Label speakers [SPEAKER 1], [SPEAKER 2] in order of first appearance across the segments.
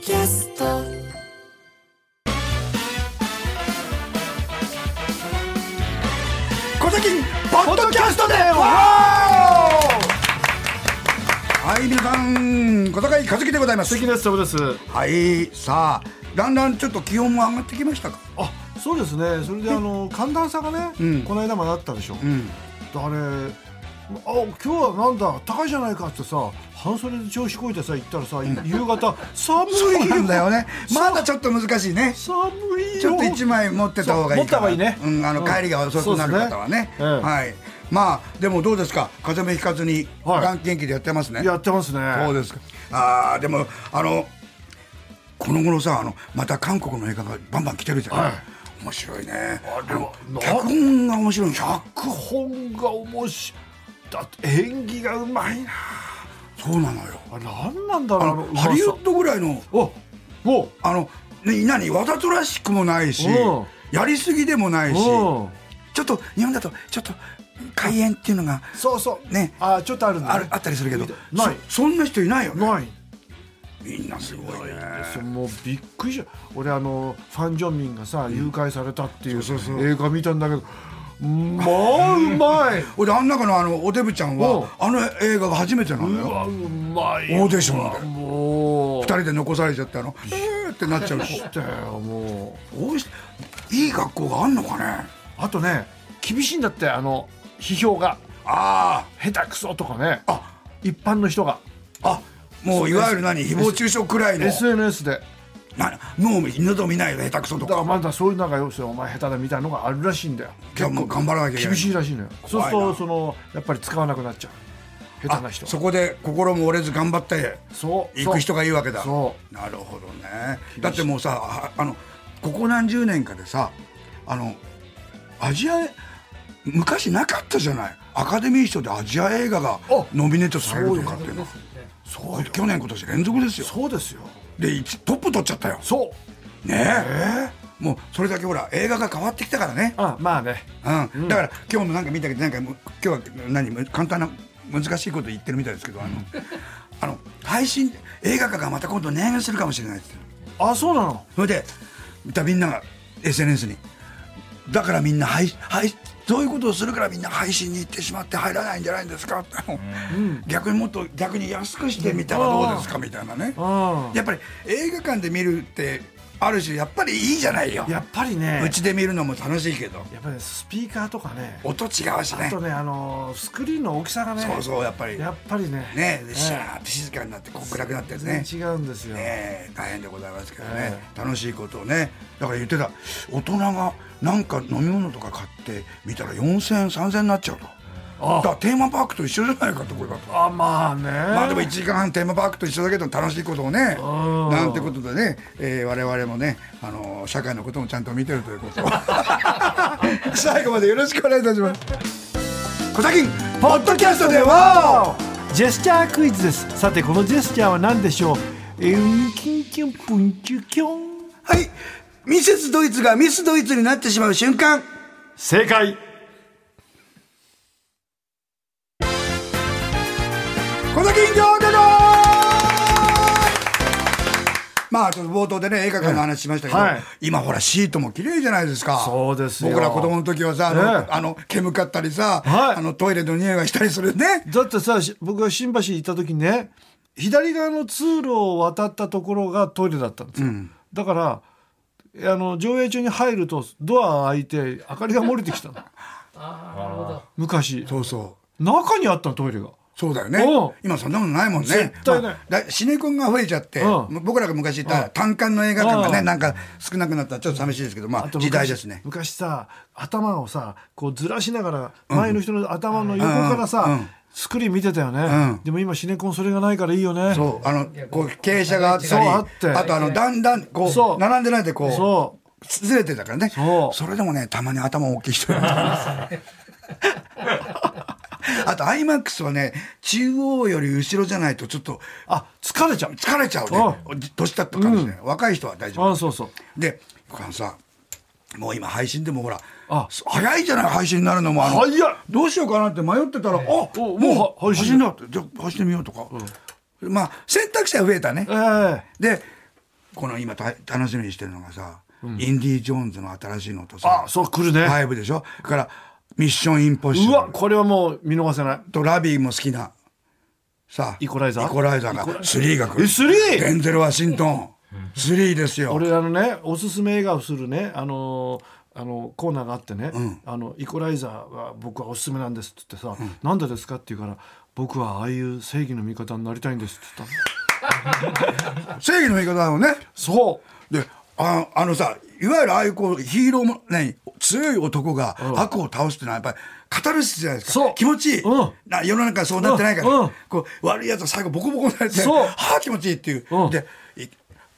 [SPEAKER 1] キャスト
[SPEAKER 2] 小崎ポッドキャストでわーはい皆さん小坂井和樹でございます
[SPEAKER 3] 関根勤です。
[SPEAKER 2] はいさあだんだんちょっと気温も上がってきましたか
[SPEAKER 3] あ、そうですね。それであの寒暖差がね、
[SPEAKER 2] うん
[SPEAKER 3] この間まであったでしょ。
[SPEAKER 2] うん
[SPEAKER 3] あれ、あ今日はなんだ高いじゃないかってさ、半袖で調子こいてさ行ったらさ、夕方寒い
[SPEAKER 2] そうなんだよ
[SPEAKER 3] ね。
[SPEAKER 2] ねまだちょっと難しいね
[SPEAKER 3] 寒いよ。
[SPEAKER 2] ちょっと一枚持ってた方がいいかな
[SPEAKER 3] そう持った方がいいね
[SPEAKER 2] うん、あの
[SPEAKER 3] うん
[SPEAKER 2] 帰りが遅くなる方はね
[SPEAKER 3] そうですねええ
[SPEAKER 2] はいまあでもどうですか風邪もひかずに
[SPEAKER 3] はい
[SPEAKER 2] 元気元気でやってますね、
[SPEAKER 3] やってますね。
[SPEAKER 2] そうですかあーでもあのこの頃さあのまた韓国の映画がバンバン来てるじゃん、
[SPEAKER 3] はい
[SPEAKER 2] 面白いね
[SPEAKER 3] あれは
[SPEAKER 2] の脚本が面白いんですよ
[SPEAKER 3] 脚本が面白い。だって演技がうまいな。
[SPEAKER 2] そうなのよ
[SPEAKER 3] あれなんなんだろ
[SPEAKER 2] あ
[SPEAKER 3] う
[SPEAKER 2] のハリウッドぐらいの
[SPEAKER 3] ド。お、も
[SPEAKER 2] あのね何わざとらしくもないし
[SPEAKER 3] うん
[SPEAKER 2] やりすぎでもな
[SPEAKER 3] う。
[SPEAKER 2] いし
[SPEAKER 3] うん。
[SPEAKER 2] ちょっと日本だとちょっと開演っていうのが
[SPEAKER 3] そうそう。
[SPEAKER 2] ね
[SPEAKER 3] あ、ちょっとあるんだ、ね。
[SPEAKER 2] あるあったりするけど
[SPEAKER 3] ない
[SPEAKER 2] そそんな人いないよね
[SPEAKER 3] ない。
[SPEAKER 2] みんなすごいね
[SPEAKER 3] そうもうびっくりした俺あのファン・ジョンミンがさ誘拐されたっていう
[SPEAKER 2] そうそうそう
[SPEAKER 3] 映画見たんだけどまあうまい
[SPEAKER 2] 俺あん中のあのおデブちゃん
[SPEAKER 3] うん
[SPEAKER 2] はあの映画が初めてなの
[SPEAKER 3] う
[SPEAKER 2] よ
[SPEAKER 3] わうまい
[SPEAKER 2] オーディションで
[SPEAKER 3] もう
[SPEAKER 2] 二人で残されちゃってあの「えー」ってなっちゃうし
[SPEAKER 3] だよもう
[SPEAKER 2] どうしいい学校があんのかね
[SPEAKER 3] あとね厳しいんだってあの批評が
[SPEAKER 2] あ
[SPEAKER 3] 下手くそとかね
[SPEAKER 2] あ
[SPEAKER 3] 一般の人が
[SPEAKER 2] ああもういわゆる何誹謗中傷くらいの
[SPEAKER 3] SNS で
[SPEAKER 2] なもう二度と見ないよ下手くそと
[SPEAKER 3] だから
[SPEAKER 2] か
[SPEAKER 3] まだそういうなんか要するにお前下手だみたいなのがあるらしいんだよ
[SPEAKER 2] じゃあもう頑張らなきゃいけな
[SPEAKER 3] 厳
[SPEAKER 2] い
[SPEAKER 3] しいらしいのよそうする
[SPEAKER 2] 怖い
[SPEAKER 3] と
[SPEAKER 2] な
[SPEAKER 3] そのやっぱり使わなくなっちゃう下手な人
[SPEAKER 2] あそこで心も折れず頑張って
[SPEAKER 3] そう
[SPEAKER 2] 行く人がいいわけだ
[SPEAKER 3] そ
[SPEAKER 2] なるほどねだってもうさああのここ何十年かでさあのアジア昔なかったじゃないアカデミー賞でアジア映画が
[SPEAKER 3] あ
[SPEAKER 2] ノミネートされるとかっていうのは
[SPEAKER 3] そうよ
[SPEAKER 2] 去年今年連続ですよ
[SPEAKER 3] そうですよ
[SPEAKER 2] で一トップ取っちゃったよ
[SPEAKER 3] そう
[SPEAKER 2] ねえもうそれだけほら映画が変わってきたからね、
[SPEAKER 3] あまあね
[SPEAKER 2] うん、だから今日もなんか見たけどなんかもう今日は何む簡単な難しいこと言ってるみたいですけど あのあの配信映画化がまた今度値上げするかもしれないって
[SPEAKER 3] あそうなの
[SPEAKER 2] それでまたみんなが SNS にだからみんな配配そういうことをするからみんな配信に行ってしまって入らないんじゃないんですかってあの 逆にもっと逆に安くしてみたらどうですかみたいなね
[SPEAKER 3] うん
[SPEAKER 2] やっぱり映画館で見るってある種やっぱりいいじゃないよ
[SPEAKER 3] やっぱりね
[SPEAKER 2] うちで見るのも楽しいけど
[SPEAKER 3] やっぱりねスピーカーとかね
[SPEAKER 2] 音違うし
[SPEAKER 3] あ
[SPEAKER 2] ね
[SPEAKER 3] とねあのースクリーンの大きさがね
[SPEAKER 2] そうそうやっぱり
[SPEAKER 3] やっぱりね
[SPEAKER 2] ね
[SPEAKER 3] え
[SPEAKER 2] シャーって静かになってこう暗くなってね
[SPEAKER 3] 全然違うんですよ
[SPEAKER 2] ねえ大変でございますけどね、
[SPEAKER 3] え
[SPEAKER 2] 楽しいことをねだから言ってた大人がなんか飲み物とか買ってみたら4000円3000円になっちゃうと
[SPEAKER 3] あ
[SPEAKER 2] だからテーマパークと一緒じゃないかとこれだと。
[SPEAKER 3] あまあね
[SPEAKER 2] まあでも1時間半テーマパークと一緒だけど楽しいことをね
[SPEAKER 3] うん
[SPEAKER 2] なんてことでね、えー我々もね、あのー社会のこともちゃんと見てるということを 最後までよろしくお願いいたします。小崎ポッドキャストでは
[SPEAKER 3] ジェスチャークイズですさてこのジェスチャーは何でしょうえうんキンキンプンキュキョン
[SPEAKER 2] はいミセスドイツがミスドイツになってしまう瞬間
[SPEAKER 3] 正解
[SPEAKER 2] 小崎行でのまあちょっと冒頭でね映画館の話しましたけど、
[SPEAKER 3] はい
[SPEAKER 2] 今ほらシートも綺麗じゃないですか
[SPEAKER 3] そうですよ
[SPEAKER 2] 僕ら子供の時はさあの,、
[SPEAKER 3] ね
[SPEAKER 2] あの煙かったりさ、
[SPEAKER 3] はい
[SPEAKER 2] あのトイレの匂いがしたりするね
[SPEAKER 3] だってさし僕が新橋行った時にね左側の通路を渡ったところがトイレだったんですよ、だからあの上映中に入るとドアが開いて明かりが漏れてきた の昔
[SPEAKER 2] そうそう
[SPEAKER 3] 中にあったのトイレが
[SPEAKER 2] そうだよ
[SPEAKER 3] う
[SPEAKER 2] ね
[SPEAKER 3] ん
[SPEAKER 2] 今そんなものないもんね
[SPEAKER 3] 絶対ない
[SPEAKER 2] まあだシネコンが増えちゃって、
[SPEAKER 3] うん
[SPEAKER 2] 僕らが昔いた単館の映画館がね、
[SPEAKER 3] うん
[SPEAKER 2] なんか少なくなったらちょっと寂しいですけどまあ
[SPEAKER 3] あと
[SPEAKER 2] 時
[SPEAKER 3] 昔
[SPEAKER 2] 代ですね
[SPEAKER 3] 昔さ頭をさこうずらしながら前の人の頭の横からさ、
[SPEAKER 2] うんうん
[SPEAKER 3] スクリーン見てたよね、
[SPEAKER 2] うん
[SPEAKER 3] でも今シネコンそれがないからいいよね
[SPEAKER 2] そうあのこう傾斜があった
[SPEAKER 3] そう
[SPEAKER 2] り
[SPEAKER 3] あって
[SPEAKER 2] あとあのだんだんこ
[SPEAKER 3] そうう
[SPEAKER 2] 並んでないでこう
[SPEAKER 3] そ
[SPEAKER 2] ずれてたからね
[SPEAKER 3] そ
[SPEAKER 2] そうれでもねたまに頭大きい人います あと IMAX はね中央より後ろじゃないとちょっと
[SPEAKER 3] あ疲れちゃう
[SPEAKER 2] 疲れちゃうね年だった感じね、若い人は大丈
[SPEAKER 3] あ
[SPEAKER 2] 夫
[SPEAKER 3] そうそう
[SPEAKER 2] でこのさもう今配信でもほら
[SPEAKER 3] あ
[SPEAKER 2] 早いじゃない配信になるのもあの
[SPEAKER 3] 早い
[SPEAKER 2] どうしようかなって迷ってたら、あ
[SPEAKER 3] お
[SPEAKER 2] も
[SPEAKER 3] も
[SPEAKER 2] う配
[SPEAKER 3] う配
[SPEAKER 2] 信
[SPEAKER 3] 信
[SPEAKER 2] だってじゃあ配信してみようとか、まあ選択肢は増えたね、
[SPEAKER 3] ええ
[SPEAKER 2] でこの今た楽しみにしてるのがさ、インディ・ジョーンズの新しいのとさ
[SPEAKER 3] あ、そう来るね。
[SPEAKER 2] 5でしょだからミッション・インポッシ
[SPEAKER 3] う
[SPEAKER 2] ブ
[SPEAKER 3] わ、
[SPEAKER 2] ル
[SPEAKER 3] これはもう見逃せない。
[SPEAKER 2] とラビーも好きなさ
[SPEAKER 3] イコライザー
[SPEAKER 2] イコライザーが3が来
[SPEAKER 3] え、
[SPEAKER 2] る
[SPEAKER 3] スリ
[SPEAKER 2] デ
[SPEAKER 3] ー
[SPEAKER 2] ンゼル・ワシントン3ですよ
[SPEAKER 3] 俺あのね、おすすめ映画をするね、あのーあのコーナーがあってね、あのイコライザーは僕はおすすめなんですって言ってさ、なんでですかって言うから、僕はああいう正義の味方になりたいんですって言ったの。
[SPEAKER 2] 正義の味方だもんね
[SPEAKER 3] そう。
[SPEAKER 2] でああのさいわゆるああいうこうヒーローもね強い男が悪を倒すってのはやっぱりカタルシスじゃないですか
[SPEAKER 3] そう
[SPEAKER 2] 気持ちいい、
[SPEAKER 3] うん
[SPEAKER 2] な世の中そうなってないから、
[SPEAKER 3] うんうん
[SPEAKER 2] こう悪いやつは最後ボコボコにされて
[SPEAKER 3] そう
[SPEAKER 2] はあ気持ちいいっていう、
[SPEAKER 3] うん
[SPEAKER 2] でい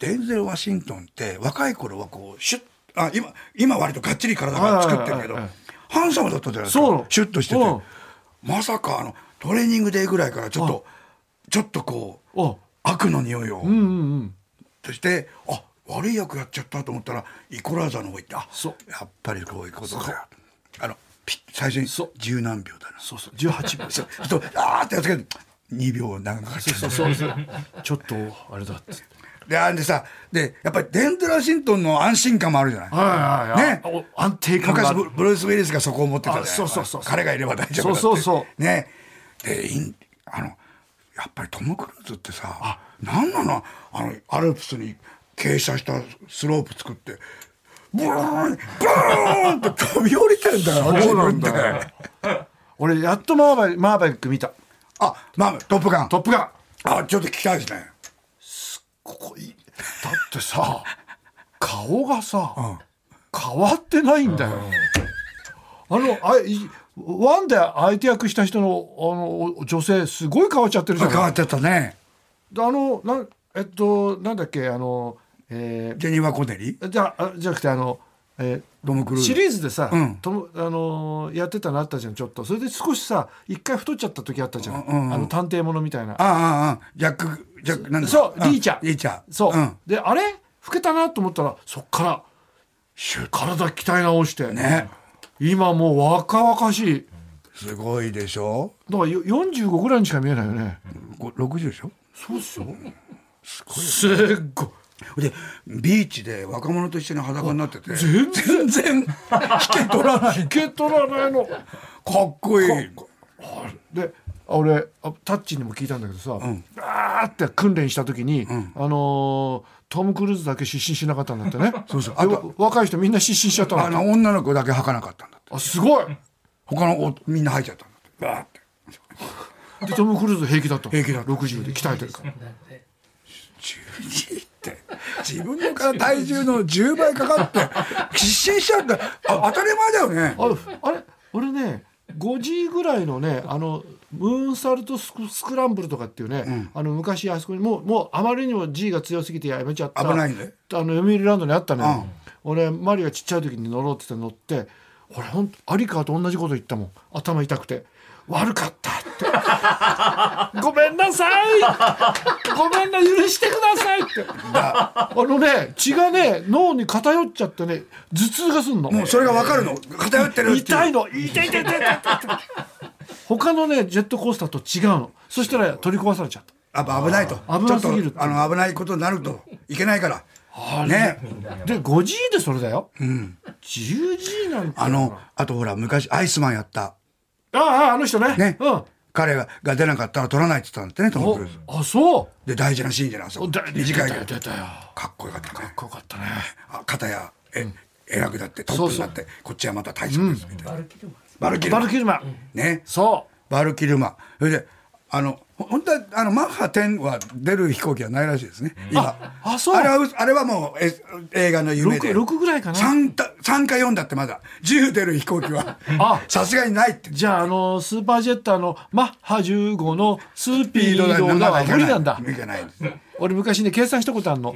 [SPEAKER 2] デンゼル・ワシントンって若い頃はこうシュッあ今今割とがっちり体が作ってるけど、
[SPEAKER 3] はいはいはいはい
[SPEAKER 2] ハンサムだったじゃないです
[SPEAKER 3] そう
[SPEAKER 2] かシュッとしてて、
[SPEAKER 3] うん
[SPEAKER 2] まさかあのトレーニングデーぐらいからちょっと、ちょっとこう
[SPEAKER 3] あ、
[SPEAKER 2] 悪の匂いを、
[SPEAKER 3] うんうんうん。
[SPEAKER 2] そしてあ悪い役やっちゃったと思ったらイコライザーの方行ってあ
[SPEAKER 3] そう
[SPEAKER 2] やっぱりこういうことだあのピッ最初に
[SPEAKER 3] そう
[SPEAKER 2] 十何秒だな
[SPEAKER 3] そうそう。十 八秒。
[SPEAKER 2] そうそうあーってやつけど2秒長かった
[SPEAKER 3] そうそうそう。ちょっとあれだって。
[SPEAKER 2] であんでさでやっぱりデンゼル・ワシントンの安心感もあるじゃない、
[SPEAKER 3] はいはいはい。
[SPEAKER 2] ね
[SPEAKER 3] お安定感があ
[SPEAKER 2] 昔
[SPEAKER 3] る
[SPEAKER 2] ブブルース・ウィリスがそこを持ってたじゃない
[SPEAKER 3] あそうそうそう
[SPEAKER 2] 彼がいれば大丈夫だって
[SPEAKER 3] そうそうそ
[SPEAKER 2] ねでインあのやっぱりトム・クルーズってさ何なのあのアルプスに傾斜したスロープ作ってブーンブーンって飛び降りてんだから
[SPEAKER 3] そうなんだよ
[SPEAKER 2] 自分で
[SPEAKER 3] 俺やっとマーバリマーバリック見た。
[SPEAKER 2] あまあトップガン
[SPEAKER 3] トップガン。
[SPEAKER 2] あちょっと聞きたいですね
[SPEAKER 3] ここいいだってさ顔がさ、変わってないんだよ、あのあいワンで相手役した人のあのお女性すごい変わっちゃってるじゃ
[SPEAKER 2] 変
[SPEAKER 3] ん
[SPEAKER 2] わ
[SPEAKER 3] あ
[SPEAKER 2] っちゃったね
[SPEAKER 3] のなんえっとなんだっけあのえ
[SPEAKER 2] ジェニーワ・コネリー
[SPEAKER 3] ーじゃあじゃなくてあのえー
[SPEAKER 2] トム・クルーズ
[SPEAKER 3] シリーズでさ、
[SPEAKER 2] うん
[SPEAKER 3] ともあのーやってたのあったじゃんちょっとそれで少しさ一回太っちゃった時あったじゃん、
[SPEAKER 2] うんうん
[SPEAKER 3] あの探偵ものみたいな
[SPEAKER 2] ああああジャックジャックなんだ
[SPEAKER 3] そうリーチャ
[SPEAKER 2] リーチャ
[SPEAKER 3] そう、
[SPEAKER 2] ん
[SPEAKER 3] であれ老けたなと思ったらそっから
[SPEAKER 2] シュッ
[SPEAKER 3] 体鍛え直して、
[SPEAKER 2] ね
[SPEAKER 3] 今もう若々しい
[SPEAKER 2] すごいでしょ
[SPEAKER 3] だからよ45ぐらいにしか見えないよね
[SPEAKER 2] こ60でしょ
[SPEAKER 3] そうっすよすっごい
[SPEAKER 2] でビーチで若者と一緒に裸になってて
[SPEAKER 3] 全
[SPEAKER 2] 全
[SPEAKER 3] 然
[SPEAKER 2] 然引け取らない
[SPEAKER 3] 受け取らないの
[SPEAKER 2] かっこいい
[SPEAKER 3] であ俺あタッチにも聞いたんだけどさ、
[SPEAKER 2] ん
[SPEAKER 3] あーって訓練した時に、あのートム・クルーズだけ失神しなかったんだってね
[SPEAKER 2] そうそう
[SPEAKER 3] あ
[SPEAKER 2] あ
[SPEAKER 3] と
[SPEAKER 2] と
[SPEAKER 3] 若い人みんな失神しちゃった
[SPEAKER 2] あ
[SPEAKER 3] の
[SPEAKER 2] の女の子だけ履かなかったんだって
[SPEAKER 3] あすごい
[SPEAKER 2] 他のおみんな履いちゃったんだってバーって
[SPEAKER 3] でトム・クルーズ平気だった
[SPEAKER 2] 平気だった
[SPEAKER 3] 60で鍛えてるから
[SPEAKER 2] 12って自分のから体重の10倍かかって失神しちゃうんだあ当たり前だよね
[SPEAKER 3] ああれ俺ね5時ぐらいのねあのムーンサルトスクスクランブルとかっていうね、あの昔あそこにもうもうあまりにも G が強すぎてやめちゃった
[SPEAKER 2] 危ないね
[SPEAKER 3] あの読売ランドにあったのよ、俺マリがちっちゃい時に乗ろうって言って乗って俺ほんとアリカーと同じこと言ったもん頭痛くて悪かったって ごめんなさいごめんな許してくださいってあのね血がね脳に偏っちゃってね頭痛がすんの
[SPEAKER 2] もうそれが分かるの偏ってるっていう
[SPEAKER 3] 痛いの痛い痛い痛い痛い痛い痛い他のねジェットコースターと違うのそしたら取り壊されちゃった
[SPEAKER 2] やっぱ危ないと
[SPEAKER 3] 危なすぎる
[SPEAKER 2] ちょっとあの危ないことになるといけないからね
[SPEAKER 3] で 5G でそれだよ、10G なんて
[SPEAKER 2] あのあとほら昔アイスマンやった
[SPEAKER 3] あああの人ね
[SPEAKER 2] ね、
[SPEAKER 3] うん
[SPEAKER 2] 彼が出なかったら取らないって言ったんだってねトム・
[SPEAKER 3] お
[SPEAKER 2] クルーズ
[SPEAKER 3] あそう
[SPEAKER 2] で大事なシーンじゃないあそこ
[SPEAKER 3] おだ
[SPEAKER 2] 短い
[SPEAKER 3] 出たよ
[SPEAKER 2] けど
[SPEAKER 3] 出たよ
[SPEAKER 2] かっこよかったね
[SPEAKER 3] よかったね
[SPEAKER 2] あ肩やえ、偉くなってトップになってこっちはまた大将ですみたいな、バルキルマ
[SPEAKER 3] バルキルマン、
[SPEAKER 2] ね
[SPEAKER 3] そ
[SPEAKER 2] バルキルマそれであのほ本当はあのマッハ10は出る飛行機はないらしいですね今
[SPEAKER 3] ああそう
[SPEAKER 2] れはあれはもうえ映画の
[SPEAKER 3] う
[SPEAKER 2] 夢
[SPEAKER 3] 6,
[SPEAKER 2] で
[SPEAKER 3] 6ぐらいかな
[SPEAKER 2] 3か三か4だってまだ10出る飛行機は
[SPEAKER 3] あ
[SPEAKER 2] さすがにないって
[SPEAKER 3] じゃああのスーパージェッターのマッハ15のスピードが
[SPEAKER 2] まだいか
[SPEAKER 3] 無理なんだ
[SPEAKER 2] 無理がないです
[SPEAKER 3] 俺昔ね計算したことあるの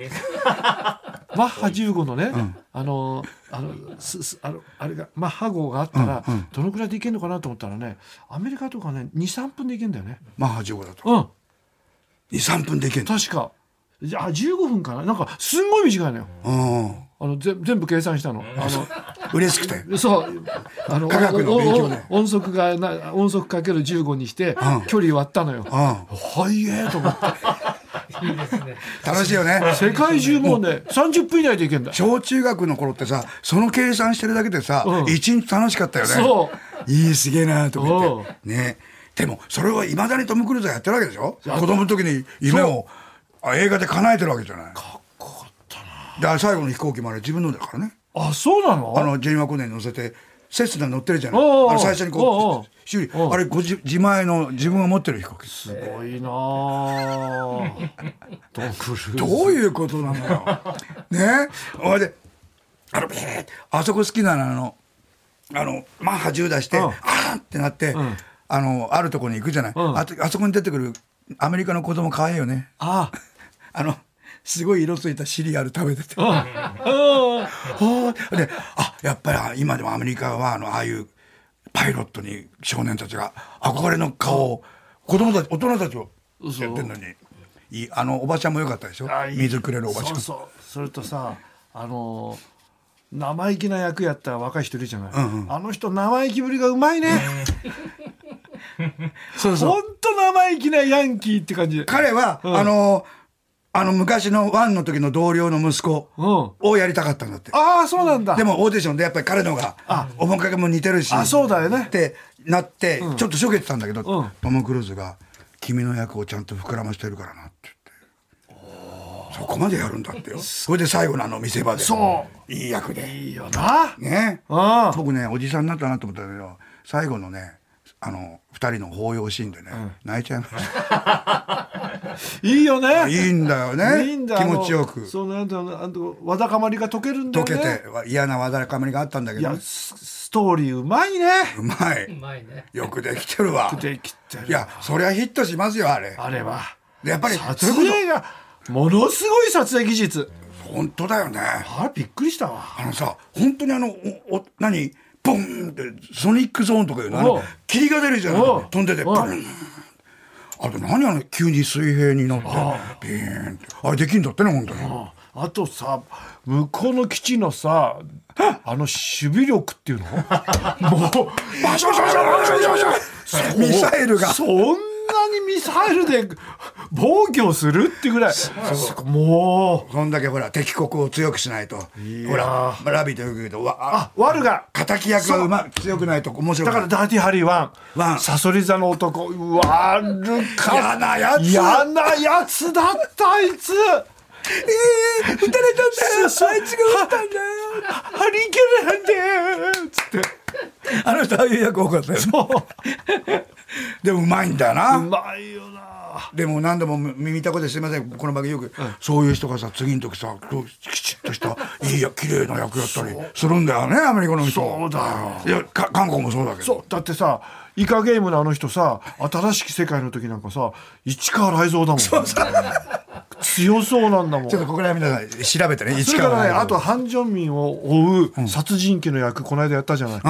[SPEAKER 3] マッハ15のね、あのあのすすあのあれがマッハ号があったら、どのくらいでいけるのかなと思ったらねアメリカとかね23分でいけんだよね
[SPEAKER 2] マッハ15だと
[SPEAKER 3] うん
[SPEAKER 2] 23分でいける
[SPEAKER 3] 確かじゃあ15分かななんかすんごい短いのよ
[SPEAKER 2] うん
[SPEAKER 3] あのぜ全部計算したのあ
[SPEAKER 2] 嬉しくて
[SPEAKER 3] のそうあ の
[SPEAKER 2] 科学の勉強ね
[SPEAKER 3] おおお音速がな音速かける15にして、距離割ったのよ、
[SPEAKER 2] うん
[SPEAKER 3] はいえーと思って
[SPEAKER 1] いいですね。
[SPEAKER 2] 楽しいよね
[SPEAKER 3] 世界中もう ね30分以内で行けんだ
[SPEAKER 2] 小中学の頃ってさその計算してるだけでさ
[SPEAKER 3] うん
[SPEAKER 2] 一、日楽しかったよね
[SPEAKER 3] そう
[SPEAKER 2] いいすげえなと思ってねでもそれはいまだにトム・クルーズがやってるわけでしょ子供の時に夢をあ映画で叶えてるわけじゃないかっこよかったな最後の飛行機もあれ自分のだからね
[SPEAKER 3] あそうなの
[SPEAKER 2] あのジェニマ・コネに乗せてセスナ乗ってるじゃない
[SPEAKER 3] おうおう
[SPEAKER 2] あの最初に
[SPEAKER 3] おうお
[SPEAKER 2] こう
[SPEAKER 3] う
[SPEAKER 2] 修理
[SPEAKER 3] おう
[SPEAKER 2] あれご自自前の自分が持ってる飛行機
[SPEAKER 3] すごいな あドクルーズ
[SPEAKER 2] どういうことなのよ。 ねおいで、あの、えーあそこ好きなの、あの、あの、マッハ10出して、
[SPEAKER 3] うん
[SPEAKER 2] あーってなって、
[SPEAKER 3] ん
[SPEAKER 2] あの、あるとこに行くじゃない。
[SPEAKER 3] うん
[SPEAKER 2] あとあそこに出てくるアメリカの子供可愛いよね。
[SPEAKER 3] あ
[SPEAKER 2] あの、すごい色ついたシリアル食べてて。
[SPEAKER 3] ああ
[SPEAKER 2] ほー で、あ、やっぱり今でもアメリカは、あの、ああいうパイロットに少年たちが憧れの顔を、子供たち、大人たちをやってるのに、いいあの、おばちゃんも良かったでしょ
[SPEAKER 3] あいい
[SPEAKER 2] 水くれるおばちゃ
[SPEAKER 3] そ
[SPEAKER 2] ん
[SPEAKER 3] う。そうそれとさあの生意気な役やった若い人いるじゃない、
[SPEAKER 2] うんうん
[SPEAKER 3] あの人生意気ぶりがうまいね
[SPEAKER 2] そうそう
[SPEAKER 3] ほんと生意気なヤンキーって感じ
[SPEAKER 2] 彼は、
[SPEAKER 3] うん
[SPEAKER 2] あの、あの昔のワンの時の同僚の息子
[SPEAKER 3] うん
[SPEAKER 2] をやりたかったんだって。
[SPEAKER 3] ああそうなんだ
[SPEAKER 2] でもオーディションでやっぱり彼のが
[SPEAKER 3] あ
[SPEAKER 2] 面影も似てるし。
[SPEAKER 3] あそうだよね
[SPEAKER 2] ってなって、ちょっとしょげてたんだけど、
[SPEAKER 3] うん
[SPEAKER 2] トム・クルーズが君の役をちゃんと膨らましてるからなって言って。そこまでやるんだってよ。それで最後のあの見せ場で。
[SPEAKER 3] そう
[SPEAKER 2] いい役で。
[SPEAKER 3] いいよな
[SPEAKER 2] ね。
[SPEAKER 3] ああ
[SPEAKER 2] 僕ねおじさんになったなと思ったんだけど最後のねあの二人の抱擁シーンでね、泣いちゃいました
[SPEAKER 3] いいよね
[SPEAKER 2] いいんだよね
[SPEAKER 3] いいんだ
[SPEAKER 2] 気
[SPEAKER 3] あの
[SPEAKER 2] 持ちよく
[SPEAKER 3] そうなんだよなあのわだかまりが解けるんだ
[SPEAKER 2] 溶
[SPEAKER 3] よね
[SPEAKER 2] けてわ嫌なわだかまりがあったんだけ
[SPEAKER 3] い
[SPEAKER 2] ど
[SPEAKER 3] や
[SPEAKER 2] ね
[SPEAKER 3] スストーリーうまいね
[SPEAKER 2] うま
[SPEAKER 1] う
[SPEAKER 2] い
[SPEAKER 1] まいね。
[SPEAKER 2] よくできてるわ
[SPEAKER 3] できてる
[SPEAKER 2] いやそりゃヒットしますよあれ
[SPEAKER 3] あれは
[SPEAKER 2] でやっぱり
[SPEAKER 3] 撮影がものすごい撮影技術
[SPEAKER 2] 本当だよね
[SPEAKER 3] あれびっくりしたわ
[SPEAKER 2] あのさ本当にあのおお何ボンってソニックゾーンとかいうのあの
[SPEAKER 3] おう
[SPEAKER 2] 霧が出るじゃない
[SPEAKER 3] おう
[SPEAKER 2] 飛んでて
[SPEAKER 3] おう
[SPEAKER 2] ボンあと何あの急に水平になってビーンってあれできんだってね本当に
[SPEAKER 3] ああとさ向こうの基地のさあの守備力っ ていうのもう
[SPEAKER 2] バシャバシャバシャバシャバシャバシ ャミサイルが
[SPEAKER 3] そんなにミサイルで防御するってぐらいも
[SPEAKER 2] そんだけほら敵国を強くしないと
[SPEAKER 3] いや
[SPEAKER 2] ほらラビーとよく言うとわ
[SPEAKER 3] う
[SPEAKER 2] あ
[SPEAKER 3] あワルが
[SPEAKER 2] 敵役がうま強くないと面白くな
[SPEAKER 3] だか
[SPEAKER 2] い
[SPEAKER 3] らダーティーハリーワン
[SPEAKER 2] ワン
[SPEAKER 3] サソリ座の男ワルか
[SPEAKER 2] 嫌なやつ
[SPEAKER 3] 嫌なやつだったあいつ
[SPEAKER 2] ええ撃たれたんだよあいつが撃ったんだよ
[SPEAKER 3] ハリケーンなんでつって
[SPEAKER 2] あの人ああいう役多かったよでもうまいんだよ
[SPEAKER 3] う
[SPEAKER 2] な
[SPEAKER 3] まいよな
[SPEAKER 2] でも何度も耳たこですいませんこの番組よくそういう人がさ次の時さこうきちっとしたいいや綺麗な役やったりするんだよねアメリカの人
[SPEAKER 3] そうだ
[SPEAKER 2] いやか韓国もそうだけど
[SPEAKER 3] そうだってさイカゲームのあの人さ新しき世界の時なんかさ市川雷蔵だもん強そうなんだもん
[SPEAKER 2] ちょっとここら辺皆さん調べてね
[SPEAKER 3] そ
[SPEAKER 2] 市
[SPEAKER 3] れか
[SPEAKER 2] 川
[SPEAKER 3] らね
[SPEAKER 2] が
[SPEAKER 3] あとハン・ジョンミンを追う殺人鬼の役、この間やったじゃない、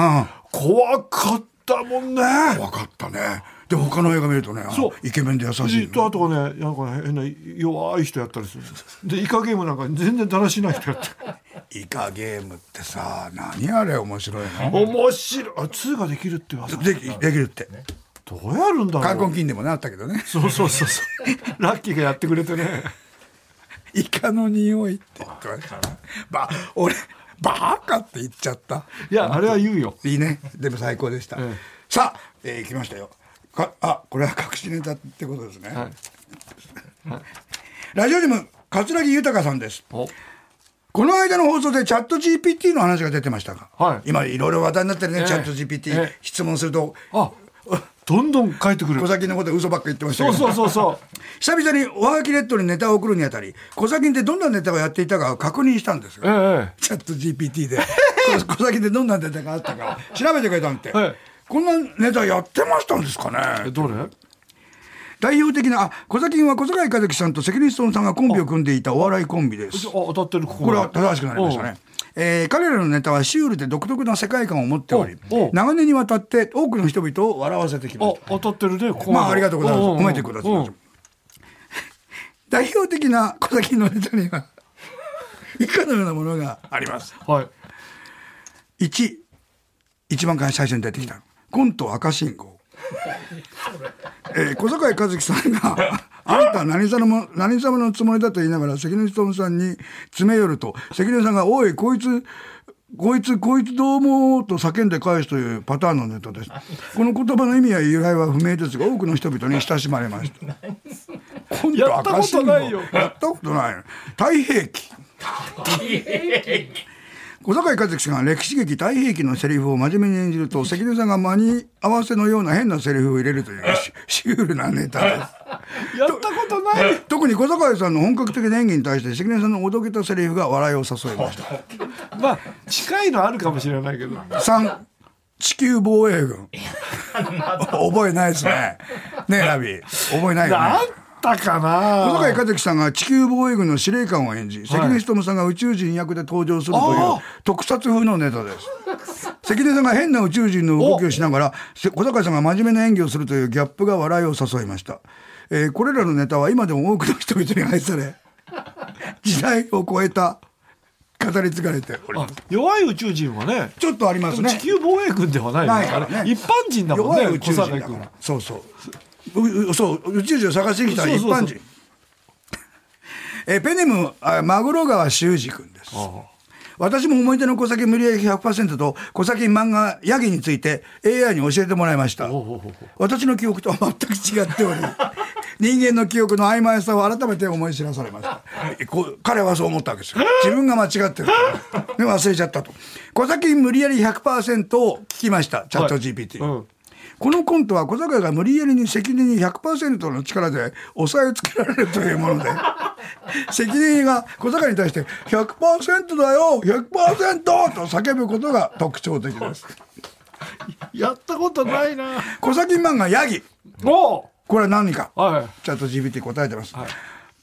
[SPEAKER 3] 怖かったもんね
[SPEAKER 2] うん分かったねで他の映画見るとねあの
[SPEAKER 3] そう
[SPEAKER 2] イケメンで優しい
[SPEAKER 3] とあとはねなんか変な弱い人やったりするでイカゲームなんか全然だらしない人やって
[SPEAKER 2] イカゲームってさ何あれ面白いの
[SPEAKER 3] 面白いあ2ができるって噂ど
[SPEAKER 2] できできるって
[SPEAKER 3] うやるんだ
[SPEAKER 2] 観
[SPEAKER 3] ろ
[SPEAKER 2] 光
[SPEAKER 3] う
[SPEAKER 2] 金でもなったけどね
[SPEAKER 3] そうそうそうそうラッキーがやってくれてね
[SPEAKER 2] イカの匂いって言ってましたねば俺バカって言っちゃった
[SPEAKER 3] いやあれは言うよ
[SPEAKER 2] いいねでも最高でした、
[SPEAKER 3] ええ
[SPEAKER 2] さあ、えー、来ましたよかあこれは隠しネタってことですね、
[SPEAKER 3] はい
[SPEAKER 2] ラジオネーム桂木豊さんです
[SPEAKER 3] お
[SPEAKER 2] この間の放送でチャット GPT の話が出てましたが、
[SPEAKER 3] はい
[SPEAKER 2] 今いろいろ話題になってるね、
[SPEAKER 3] ええ
[SPEAKER 2] チャット GPT、
[SPEAKER 3] ええ
[SPEAKER 2] 質問すると
[SPEAKER 3] あどんどん帰ってくる
[SPEAKER 2] 小崎のことで嘘ばっか言ってました
[SPEAKER 3] そ
[SPEAKER 2] け
[SPEAKER 3] う
[SPEAKER 2] ど
[SPEAKER 3] そ うそうそ
[SPEAKER 2] 久々におはがきレッドにネタを送るにあたり小崎でどんなネタをやっていたかを確認したんです
[SPEAKER 3] うえ
[SPEAKER 2] が、
[SPEAKER 3] え
[SPEAKER 2] チャット GPT で小小崎でどんなネタがあったかを調べてくれたんって、
[SPEAKER 3] ええ
[SPEAKER 2] こんなネタやってましたんですか
[SPEAKER 3] ええ
[SPEAKER 2] ね
[SPEAKER 3] どれ
[SPEAKER 2] 代表的なあ小崎は小坂井和樹さんと関根勤さんがコンビを組んでいたお笑いコンビです
[SPEAKER 3] あ当たってるここ
[SPEAKER 2] これは正しくなりましたね。えー彼らのネタはシュールで独特な世界観を持っており
[SPEAKER 3] おう
[SPEAKER 2] 長年にわたって多くの人々を笑わせてきま
[SPEAKER 3] あ
[SPEAKER 2] した
[SPEAKER 3] 当たってるねここ
[SPEAKER 2] まあありがとうございます
[SPEAKER 3] んんん
[SPEAKER 2] 褒めてください
[SPEAKER 3] うん
[SPEAKER 2] 代表的な小崎のネタには 以下のようなものがあります
[SPEAKER 3] はい
[SPEAKER 2] 1一番最初に出てき た、コント赤信号、えー小坂井和樹さんがあんた何様の、何様のつもりだと言いながら、関根勤さんに詰め寄ると、関根さんが、おい、こいつ、こいつ、こいつどうもと叫んで返すというパターンのネタです。この言葉の意味や由来は不明ですが、多くの人々に親しまれま した。今度
[SPEAKER 3] やった
[SPEAKER 2] 赤
[SPEAKER 3] こ
[SPEAKER 2] 信
[SPEAKER 3] と
[SPEAKER 2] 号
[SPEAKER 3] ないよ
[SPEAKER 2] やったことないの。太平記。小坂井和樹さんが歴史劇太平記のセリフを真面目に演じると、関根さんが間に合わせのような変なセリフを入れると いうシシュールなネタです。
[SPEAKER 3] やったことないよ
[SPEAKER 2] 特に小坂井さんの本格的な演技に対して関根さんのおどけたセリフが笑いを誘いま した
[SPEAKER 3] まあ近いのあるかもしれないけど
[SPEAKER 2] 3地球防衛軍覚えないですねねえラビ覚えないよ
[SPEAKER 3] あ
[SPEAKER 2] ね
[SPEAKER 3] ったか
[SPEAKER 2] 小坂井
[SPEAKER 3] な
[SPEAKER 2] 和樹さんが地球防衛軍の司令官を演じ、関根勤さんが宇宙人役で登場するとい
[SPEAKER 3] あ
[SPEAKER 2] う
[SPEAKER 3] あ
[SPEAKER 2] 特撮風のネタです。関根さんが変な宇宙人の動きをしながら、せ小坂井さんが真面目な演技をするというギャップが笑いを誘いました。えーこれらのネタは今でも多くの人々に愛され、時代を超えた語り継がれております。
[SPEAKER 3] 弱い宇宙人はね
[SPEAKER 2] ちょっとありま
[SPEAKER 3] ですも
[SPEAKER 2] ね。
[SPEAKER 3] 地球防衛軍ではないよ
[SPEAKER 2] ないから
[SPEAKER 3] あ
[SPEAKER 2] ね
[SPEAKER 3] れ一般人だも
[SPEAKER 2] 弱
[SPEAKER 3] んね
[SPEAKER 2] い宇宙人
[SPEAKER 3] 小
[SPEAKER 2] だか
[SPEAKER 3] 坂井君
[SPEAKER 2] らそうそうううそう宇宙人を探してきた一
[SPEAKER 3] そうそうそう
[SPEAKER 2] 般人 えーペンネームあマグロ川修二君です私も思い出の小崎無理やり100%と小崎漫画ヤギについて AI に教えてもらいました
[SPEAKER 3] ほうほうほ
[SPEAKER 2] 私の記憶とは全く違って おり人間の記憶の曖昧さを改めて思い知らされましたえこう彼はそう思ったわけですよ自分が間違ってる で忘れちゃったと小崎無理やり100%を聞きましたチャット GPT、
[SPEAKER 3] はいうん
[SPEAKER 2] このコントは小坂が無理やりに関根に100%の力で抑えつけられるというもので関根が小坂に対して100%だよ100%と叫ぶことが特徴的です
[SPEAKER 3] やったことないな
[SPEAKER 2] 小崎漫画ヤギ
[SPEAKER 3] おう
[SPEAKER 2] これは何か
[SPEAKER 3] はい
[SPEAKER 2] チャット GPT 答えてます、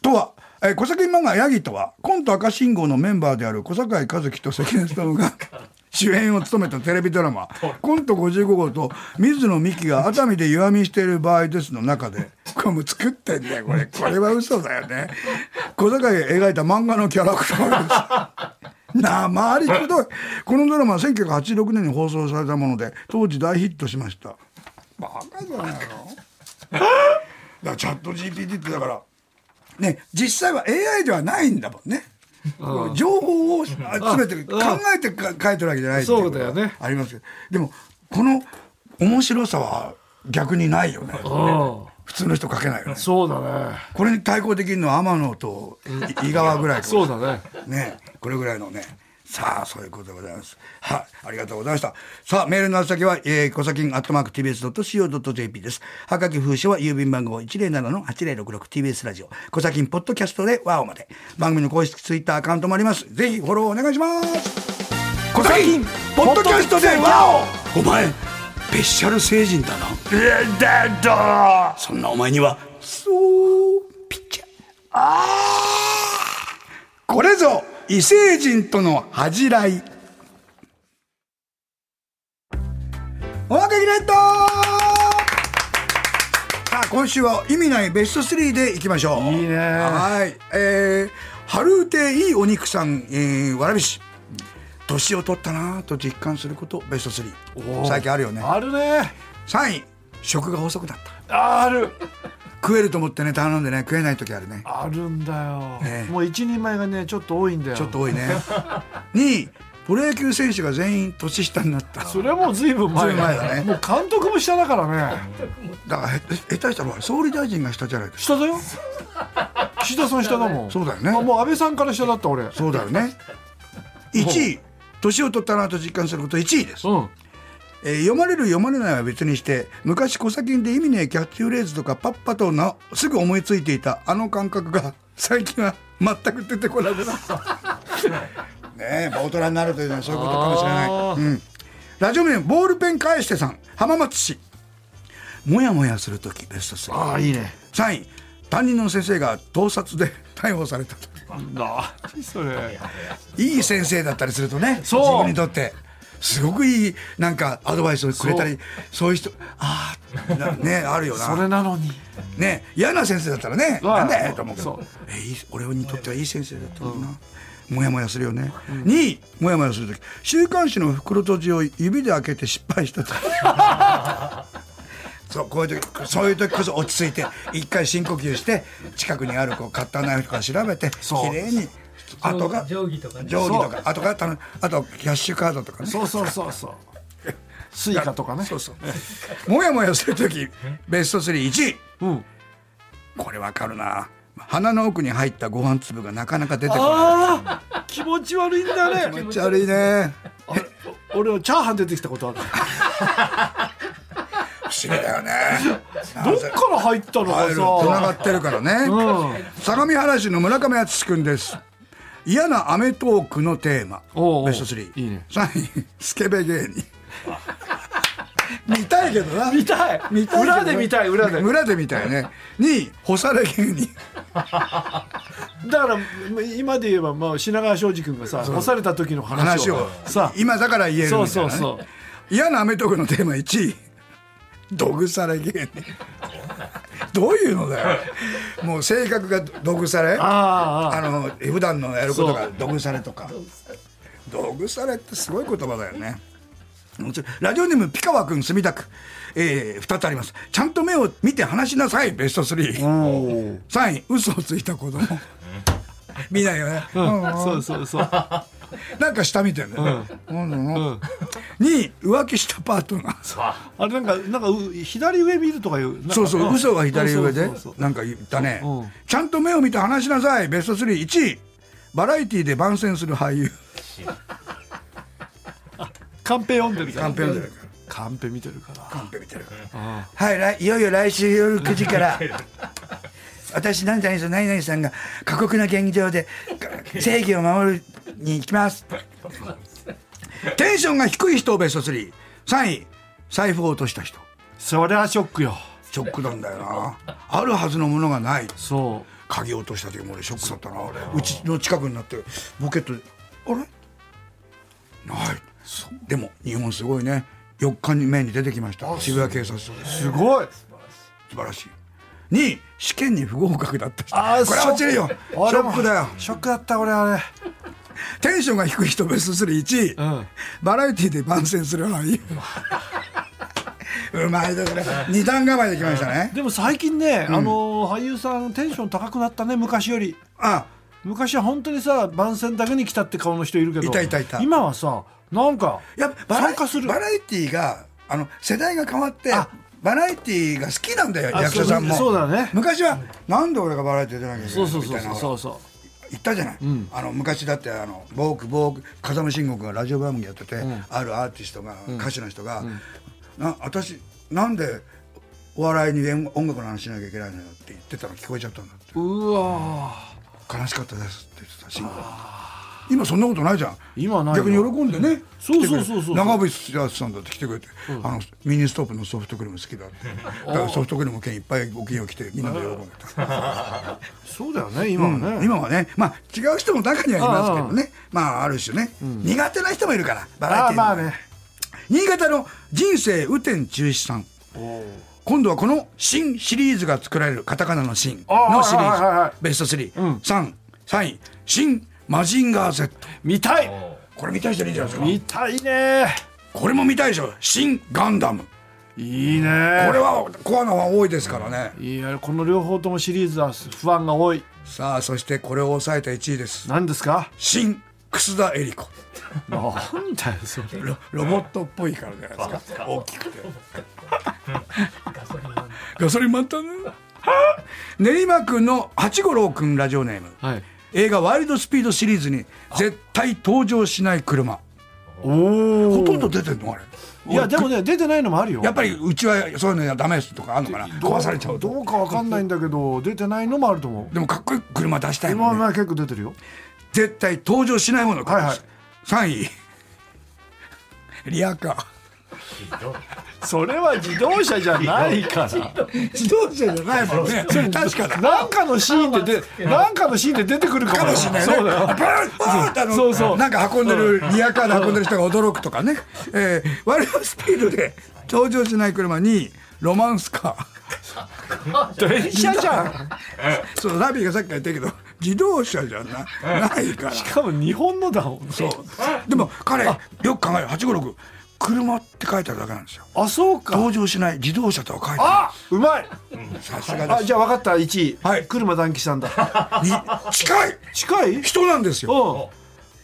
[SPEAKER 2] とはえー小坂漫画ヤギとはコント赤信号のメンバーである小坂井和樹と関根勤が主演を務めたテレビドラマ「コント55号」と水野美紀が熱海で湯あみしている場合ですの中でこれもう作ってんねこれこれは嘘だよね小坂井が描いた漫画のキャラクターですなまりくどいこのドラマは1986年に放送されたもので当時大ヒットしましたバカじゃないのだからチャット GPT ってだからね実際は AI ではないんだもんね情報を集めて考えてか書いてるわけじゃないっていことが
[SPEAKER 3] そうだよね
[SPEAKER 2] ありますけどでもこの面白さは逆にないよね
[SPEAKER 3] うん
[SPEAKER 2] 普通の人書けないよね
[SPEAKER 3] そうだね
[SPEAKER 2] これに対抗できるのは天野と井川ぐらいかもしれ
[SPEAKER 3] そ
[SPEAKER 2] な
[SPEAKER 3] う
[SPEAKER 2] い
[SPEAKER 3] だね
[SPEAKER 2] ね、これぐらいのね。さあ、そういうことでございます。はい、ありがとうございました。さあ、メールの宛先は、えー、小崎アットマーク tbs.co.jp です。はがき封書は郵便番号 107-8066tbs ラジオ。小崎ポッドキャストでワオまで。番組の公式ツイッターアカウントもあります。ぜひフォローお願いします。小崎ポッドキャストでワオお前、ペシャル星人だな。え、だとそんなお前には、そう、ピッチャー。あーこれぞ異星人との恥じらいおまけギレットさあ今週は意味ないベスト3でいきましょう
[SPEAKER 3] いいね
[SPEAKER 2] はいえー、春うていいお肉さん、えー、わらびし年を取ったなぁと実感することベスト
[SPEAKER 3] お
[SPEAKER 2] 3
[SPEAKER 3] ー
[SPEAKER 2] 最近あるよね
[SPEAKER 3] あるね
[SPEAKER 2] 3位食が細くなった
[SPEAKER 3] ある
[SPEAKER 2] 食えると思ってね頼んでね食えない時あるね
[SPEAKER 3] あるんだよ、
[SPEAKER 2] ええ
[SPEAKER 3] もう一人前がねちょっと多いんだよ
[SPEAKER 2] ちょっと多いね。2位、プロ野球選手が全員年下になった。
[SPEAKER 3] それはもうずいぶん前
[SPEAKER 2] ずいぶん前だね
[SPEAKER 3] もう監督も下だからね
[SPEAKER 2] だから、へへ下手したら総理大臣が下じゃないですか。
[SPEAKER 3] 下だよ岸田さん下だもん
[SPEAKER 2] そうだよね
[SPEAKER 3] あもう安倍さんから下だった俺う
[SPEAKER 2] そうだよね。1位、年を取ったなと実感すること1位です。
[SPEAKER 3] ん
[SPEAKER 2] えー読まれる読まれないは別にして、昔小先で意味ねえキャッチフレーズとかパッパとなすぐ思いついていたあの感覚が 最近は全く出てこなく なった。ねえ、大人になるというのはそういうことかもしれない。
[SPEAKER 3] あー
[SPEAKER 2] うん。ラジオネームボールペン返してさん浜松市もやもやするときベスト3
[SPEAKER 3] ああいいね
[SPEAKER 2] 3位担任の先生が盗撮で 逮捕された
[SPEAKER 3] なにそれ
[SPEAKER 2] いい先生だったりするとね
[SPEAKER 3] そう
[SPEAKER 2] 自分にとってすごくいいなんかアドバイスをくれたりそういう人ああなねあるよ
[SPEAKER 3] そ
[SPEAKER 2] な
[SPEAKER 3] れなのに
[SPEAKER 2] ね嫌な先生だったらね
[SPEAKER 3] はい
[SPEAKER 2] なんだよと思うけ
[SPEAKER 3] そ
[SPEAKER 2] ど
[SPEAKER 3] う
[SPEAKER 2] えいい俺にとってはいい先生だったんだなもやもやするよね2位もやもやするとき週刊誌の袋閉じを指で開けて失敗したとそうこういう時そういう時こそ落ち着いて一回深呼吸して近くにあるこうカッターナイフとか調べてき
[SPEAKER 3] そう
[SPEAKER 2] れいにあとが定
[SPEAKER 1] 定規
[SPEAKER 2] 規と
[SPEAKER 1] と
[SPEAKER 2] か
[SPEAKER 1] か
[SPEAKER 2] あ
[SPEAKER 1] ね
[SPEAKER 2] とかあとがあとキャッシュカードとかね
[SPEAKER 3] そうそうそうそうスイカとかね
[SPEAKER 2] そうそうもやもやする時ベスト31位
[SPEAKER 3] うん
[SPEAKER 2] これわかるな鼻の奥に入ったご飯粒がなかなか出てこない
[SPEAKER 3] ああ気持ち悪いんだ
[SPEAKER 2] め
[SPEAKER 3] ね
[SPEAKER 2] っちゃ悪いね
[SPEAKER 3] あれお俺はチャーハン出てきたことある
[SPEAKER 2] 不思議だよね
[SPEAKER 3] どっから入ったの
[SPEAKER 2] あ
[SPEAKER 3] か
[SPEAKER 2] る
[SPEAKER 3] さ
[SPEAKER 2] つながってるからね、
[SPEAKER 3] うん
[SPEAKER 2] 相模原市の村上敦君です嫌なアメトークのテーマ
[SPEAKER 3] おうおう
[SPEAKER 2] ベスト3
[SPEAKER 3] いいね
[SPEAKER 2] 3位スケベ芸人見たいけどな
[SPEAKER 3] 見たい
[SPEAKER 2] 見たいけど
[SPEAKER 3] 裏で見たい裏で
[SPEAKER 2] 裏で見たい ね2位干され芸人
[SPEAKER 3] だからま今で言えば、まあ、品川庄司君がさ干された時の
[SPEAKER 2] 話
[SPEAKER 3] 話を
[SPEAKER 2] を
[SPEAKER 3] さ
[SPEAKER 2] 今だから言えるみたいな、ね、
[SPEAKER 3] そうそうそう
[SPEAKER 2] 嫌なアメトークのテーマ1位どぐされ芸人どういうのだよもう性格がどぐされ
[SPEAKER 3] あああ
[SPEAKER 2] あ
[SPEAKER 3] あ
[SPEAKER 2] の普段のやることが
[SPEAKER 3] そう
[SPEAKER 2] どぐされとかどぐされってすごい言葉だよねラジオネームピカワ君墨田区、え2つありますちゃんと目を見て話しなさいベスト33
[SPEAKER 3] うん
[SPEAKER 2] 位嘘をついた子 供見ないよね、
[SPEAKER 3] そうそうそう
[SPEAKER 2] なんか下見てるね、うん2位浮気したパートナー
[SPEAKER 3] あれなんかなんかう左上見るとかいうなんか
[SPEAKER 2] そうそう、
[SPEAKER 3] ん
[SPEAKER 2] 嘘は左上で
[SPEAKER 3] そうそうそう、
[SPEAKER 2] なんか言ったね
[SPEAKER 3] うん。
[SPEAKER 2] ちゃんと目を見て話しなさい、ベスト3、1位。バラエティで番宣する俳優。
[SPEAKER 3] カンペ読んでるから
[SPEAKER 2] カンペ見てるから。
[SPEAKER 3] カンペ見てるから
[SPEAKER 2] カンペ見てるから。
[SPEAKER 3] あ
[SPEAKER 2] はい来、いよいよ来週夜9時から。私、何々さん、何々さんが過酷な現状で正義を守るに行きます。テンションが低い人をベスト3。3位、財布を落とした人。
[SPEAKER 3] そりゃショックよ
[SPEAKER 2] ショックなんだよな。あるはずのものがない。
[SPEAKER 3] そ
[SPEAKER 2] 鍵落とした時も俺ショックだったな俺うちの近くになってポケットであれないでも日本すごいね4日に目に出てきました渋谷警察署です
[SPEAKER 3] うすごい
[SPEAKER 2] 素晴らしい2位試験に不合格だった人
[SPEAKER 3] あー
[SPEAKER 2] これは落ちるよシ
[SPEAKER 3] ショック
[SPEAKER 2] ョックだよ
[SPEAKER 3] ショックだった俺あれ
[SPEAKER 2] テンションが低い人ベスト31位、
[SPEAKER 3] うん
[SPEAKER 2] バラエティで番宣する俳優うまいですね二段構えできましたね
[SPEAKER 3] でも最近ね、あの俳優さんテンション高くなったね昔より
[SPEAKER 2] あ
[SPEAKER 3] 昔は本当にさ番宣だけに来たって顔の人いるけど
[SPEAKER 2] いたいたいた
[SPEAKER 3] 今はさなんか
[SPEAKER 2] やっぱバラ
[SPEAKER 3] 参加する
[SPEAKER 2] バラエティーがあの世代が変わって
[SPEAKER 3] あ
[SPEAKER 2] バラエティーが好きなんだよ
[SPEAKER 3] あ
[SPEAKER 2] 役者さんも
[SPEAKER 3] そうそうだね
[SPEAKER 2] 昔はなんで俺がバラエティー出なきゃいけ
[SPEAKER 3] そ
[SPEAKER 2] な
[SPEAKER 3] う
[SPEAKER 2] い
[SPEAKER 3] そう
[SPEAKER 2] み
[SPEAKER 3] そ
[SPEAKER 2] た
[SPEAKER 3] う
[SPEAKER 2] い
[SPEAKER 3] そ
[SPEAKER 2] な
[SPEAKER 3] うそうそ
[SPEAKER 2] 言ったじゃない、あの昔だってあのボークボーク風間慎吾君がラジオ番組やってて、あるアーティストが、歌手の人が、な私なんでお笑いに音音楽の話しなきゃいけないのよって言ってたの聞こえちゃったんだって
[SPEAKER 3] ううわ
[SPEAKER 2] 悲しかったですって言ってた慎吾が今そんなことないじゃん
[SPEAKER 3] 今ないわ
[SPEAKER 2] 逆に喜んでね
[SPEAKER 3] そう
[SPEAKER 2] 来てくれて
[SPEAKER 3] そうそうそう
[SPEAKER 2] 長渕剛さんだって来てくれて、あのミニストップのソフトクリーム好き だってだからソフトクリーム券いっぱいご金を来てみんなで喜んでた、
[SPEAKER 3] ーそうだよね今はね、
[SPEAKER 2] うん今はねまあ違う人も中にはいますけどねまあある種ね、苦手な人もいるからバラエテ
[SPEAKER 3] ああ
[SPEAKER 2] ィー
[SPEAKER 3] まあ
[SPEAKER 2] の
[SPEAKER 3] ね
[SPEAKER 2] 新潟の人生雨天中止さん今度はこの新シリーズが作られるカタカナの新
[SPEAKER 3] あ
[SPEAKER 2] のシリ
[SPEAKER 3] はいはいはい
[SPEAKER 2] ー
[SPEAKER 3] はい
[SPEAKER 2] ズベスト3、
[SPEAKER 3] ん
[SPEAKER 2] 3 3位新マジンガー Z
[SPEAKER 3] 見たい
[SPEAKER 2] これ見たい人いるんじゃないですか
[SPEAKER 3] 見たいね
[SPEAKER 2] これも見たいでしょ新ガンダム
[SPEAKER 3] いいね
[SPEAKER 2] これはコアなファン多いですからね、
[SPEAKER 3] いやこの両方ともシリーズは不安が多い
[SPEAKER 2] さあそしてこれを抑えた1位です
[SPEAKER 3] 何ですか
[SPEAKER 2] 新楠田絵理子
[SPEAKER 3] なんだよそれ
[SPEAKER 2] ロロボットっぽいからじゃないですか大きくてガソリン満タンね練馬区の八五郎君ラジオネーム
[SPEAKER 3] はい
[SPEAKER 2] 映画「ワイルドスピード」シリーズに絶対登場しない車
[SPEAKER 3] おお
[SPEAKER 2] ほとんど出てんのあれ
[SPEAKER 3] いやでもね出てないのもあるよ
[SPEAKER 2] やっぱりうちはそういうのやダメですとかあるのかな壊されちゃう
[SPEAKER 3] ど
[SPEAKER 2] と
[SPEAKER 3] うかわかんないんだけど出てないのもあると思う
[SPEAKER 2] でもかっこいい車出したい
[SPEAKER 3] 今
[SPEAKER 2] も
[SPEAKER 3] は
[SPEAKER 2] ん、ね、
[SPEAKER 3] まあ結構出てるよ
[SPEAKER 2] 絶対登場しないもの
[SPEAKER 3] はいはい
[SPEAKER 2] 3位リアカー
[SPEAKER 3] それは自動車じゃないから
[SPEAKER 2] 自動車じゃないもんね確かだ
[SPEAKER 3] なんかのシーンででなんかのシーンで出てくるか
[SPEAKER 2] か
[SPEAKER 3] も
[SPEAKER 2] もしれないね
[SPEAKER 3] そうだよ
[SPEAKER 2] バーンバーンってあの
[SPEAKER 3] そうそう
[SPEAKER 2] なんか運んでるリアカーで運んでる人が驚くとかね、えー、ワイルドスピードで登場しない車にロマンスカー
[SPEAKER 3] 電車じゃん
[SPEAKER 2] そうラビーがさっきから言ったけど自動車じゃなないから
[SPEAKER 3] しかも日本のだもん
[SPEAKER 2] そうでも彼よく考える856車って書いてあるだけなんですよ
[SPEAKER 3] あそうか
[SPEAKER 2] 登場しない自動車とは書いてあ
[SPEAKER 3] あうまい
[SPEAKER 2] るさすがで
[SPEAKER 3] あ
[SPEAKER 2] す
[SPEAKER 3] じゃあ分かった1位、
[SPEAKER 2] はい
[SPEAKER 3] 車談吉さん だ
[SPEAKER 2] に近い
[SPEAKER 3] 近い
[SPEAKER 2] 人なんですよ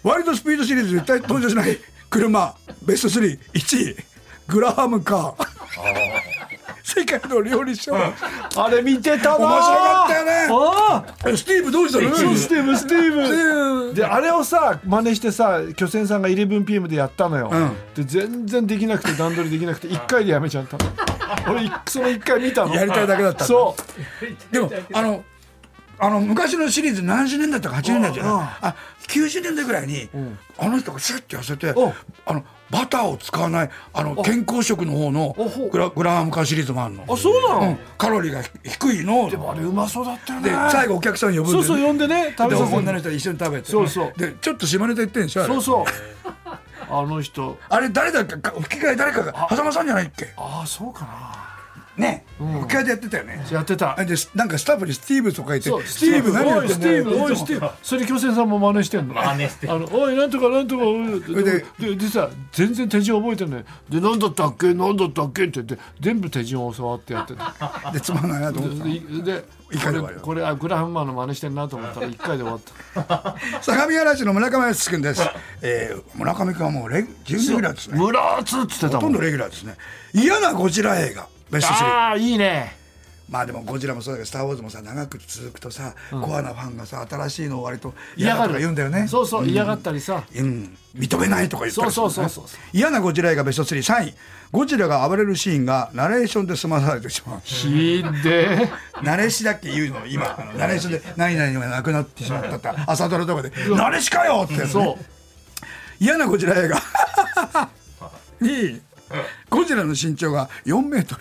[SPEAKER 3] お
[SPEAKER 2] ワイルドスピードシリーズ絶対登場しない車ベスト31位グラハムカー世界の料理賞
[SPEAKER 3] あれ見てたな
[SPEAKER 2] 面白かったよね
[SPEAKER 3] ああ
[SPEAKER 2] えスティーブどうしたの
[SPEAKER 3] そうスティーブスティー
[SPEAKER 2] ブ
[SPEAKER 3] ブであれをさ真似してさ巨泉さんが 11PM でやったのよ、
[SPEAKER 2] うん
[SPEAKER 3] で全然できなくて段取りできなくて1回でやめち ゃったの俺その1回見たの
[SPEAKER 2] やりたいだけだったんだ
[SPEAKER 3] そう
[SPEAKER 2] でもあのあの昔のシリーズ70年代とか80年代じゃない
[SPEAKER 3] うん
[SPEAKER 2] あ90年代ぐらいに、あの人がシュッて痩せて、
[SPEAKER 3] うん
[SPEAKER 2] あのバターを使わないあの健康食の方の
[SPEAKER 3] あほう
[SPEAKER 2] グラグラハムカーシリーズもあるの
[SPEAKER 3] あそうなの
[SPEAKER 2] んカロリーが低いので
[SPEAKER 3] あれうまそうだったよね
[SPEAKER 2] 最後お客さん呼ぶんで
[SPEAKER 3] そうそう呼んでね食
[SPEAKER 2] で
[SPEAKER 3] べさせ
[SPEAKER 2] 女の
[SPEAKER 3] る
[SPEAKER 2] 人一緒に食べて
[SPEAKER 3] そうそう
[SPEAKER 2] でちょっと島根と言ってんでしょあれ
[SPEAKER 3] そうそうあの人
[SPEAKER 2] あれ誰だっけか吹き替え誰かが狭間さんじゃないっけ
[SPEAKER 3] ああそうかな
[SPEAKER 2] ね、吹き替えでやってたよね
[SPEAKER 3] やってた
[SPEAKER 2] でなんかスタッフにスティーブとか言って
[SPEAKER 3] そうスティーブ
[SPEAKER 2] 何やっ
[SPEAKER 3] おい
[SPEAKER 2] て
[SPEAKER 3] ス
[SPEAKER 2] ん
[SPEAKER 3] テ
[SPEAKER 2] だ
[SPEAKER 3] ィー
[SPEAKER 2] よ
[SPEAKER 3] ブおいスティーブそれ巨泉さんも真似してんの
[SPEAKER 1] 真似してる
[SPEAKER 3] あのおいなんとかなんとかおいで
[SPEAKER 2] で
[SPEAKER 3] ででさ全然手順覚えてないで何だったっけ何だったっけって言って全部手順を教わってやってた
[SPEAKER 2] でつまんないなと思ってたの
[SPEAKER 3] でで
[SPEAKER 2] いか
[SPEAKER 3] こ
[SPEAKER 2] にも
[SPEAKER 3] れこれあグラハンマーの真似してんなと思ったら1回で終わった
[SPEAKER 2] 相模原市の村上康君です、えー、村上君はもうレギ10レギュラーですね
[SPEAKER 3] ムラーツっつってた
[SPEAKER 2] ほと
[SPEAKER 3] も
[SPEAKER 2] ん
[SPEAKER 3] ん
[SPEAKER 2] どレギュラーですね嫌なゴジラ映画ベスト3
[SPEAKER 3] ああいいね
[SPEAKER 2] まあでもゴジラもそうだけど「スター・ウォーズ」もさ長く続くとさ、コアなファンがさ新しいのを割と嫌
[SPEAKER 3] 嫌
[SPEAKER 2] だ
[SPEAKER 3] が
[SPEAKER 2] とか
[SPEAKER 3] る
[SPEAKER 2] 言うんだよね
[SPEAKER 3] そうそう嫌がったりさ
[SPEAKER 2] うん、認めないとか言ったりするんだ
[SPEAKER 3] そう
[SPEAKER 2] ね
[SPEAKER 3] そうそうそう
[SPEAKER 2] 嫌なゴジラ映画ベスト33位ゴジラが暴れるシーンがナレーションで済まされてしまう
[SPEAKER 3] ひでえ
[SPEAKER 2] ナレシだっけ言うの今あのナレーションで「何々がなくなってしまった」って朝ドラとかで「ナレシかよ!」ってやつね
[SPEAKER 3] そう
[SPEAKER 2] 嫌なゴジラ映画 にゴジラの身長が4メートル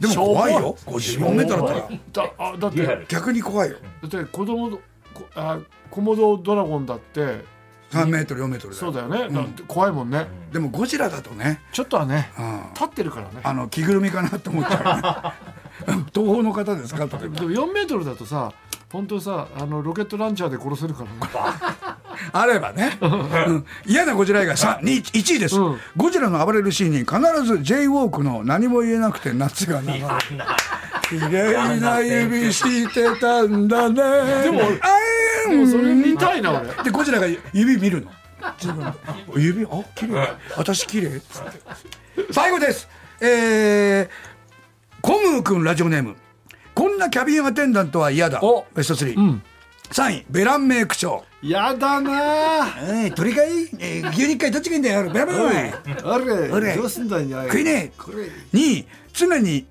[SPEAKER 2] でも怖いよゴジラ4メートルだったら
[SPEAKER 3] だあだって
[SPEAKER 1] リア
[SPEAKER 3] だ
[SPEAKER 1] ル
[SPEAKER 2] 逆に怖いよ
[SPEAKER 3] って子供のこあコモドドラゴンだって
[SPEAKER 2] 3メートル4メートルだ
[SPEAKER 3] そうだよね、だって怖いもんね、
[SPEAKER 2] でもゴジラだとね
[SPEAKER 3] ちょっとはね、
[SPEAKER 2] うん
[SPEAKER 3] 立ってるからね
[SPEAKER 2] あの着ぐるみかなと思っちゃ う、ね、東方の方ですかとか
[SPEAKER 3] でも4メートルだとさ本当にさあのロケットランチャーで殺せるからね
[SPEAKER 2] あればね、うん嫌なゴジラ映画3 2 1位です、
[SPEAKER 3] うん
[SPEAKER 2] ゴジラの暴れるシーンに必ず j ウォークの何も言えなくて夏が長い綺麗な指してたんだねでもあ
[SPEAKER 3] もうそれ見たいな俺
[SPEAKER 2] でゴジラが指見るの自分で指あ綺麗私綺麗っつって最後ですえー、コムー君ラジオネームこんなキャビンアテンダントは嫌だ
[SPEAKER 3] お
[SPEAKER 2] ベスト3、
[SPEAKER 3] ん
[SPEAKER 2] 3位ベランメイク長
[SPEAKER 3] やだなあ
[SPEAKER 2] えい鳥かい、えー、牛肉かいどっちがいいん だよベラベラベラ
[SPEAKER 3] あれ
[SPEAKER 2] あれ
[SPEAKER 3] どうすんだよ
[SPEAKER 2] 食いねえ
[SPEAKER 3] これ
[SPEAKER 2] 2位常に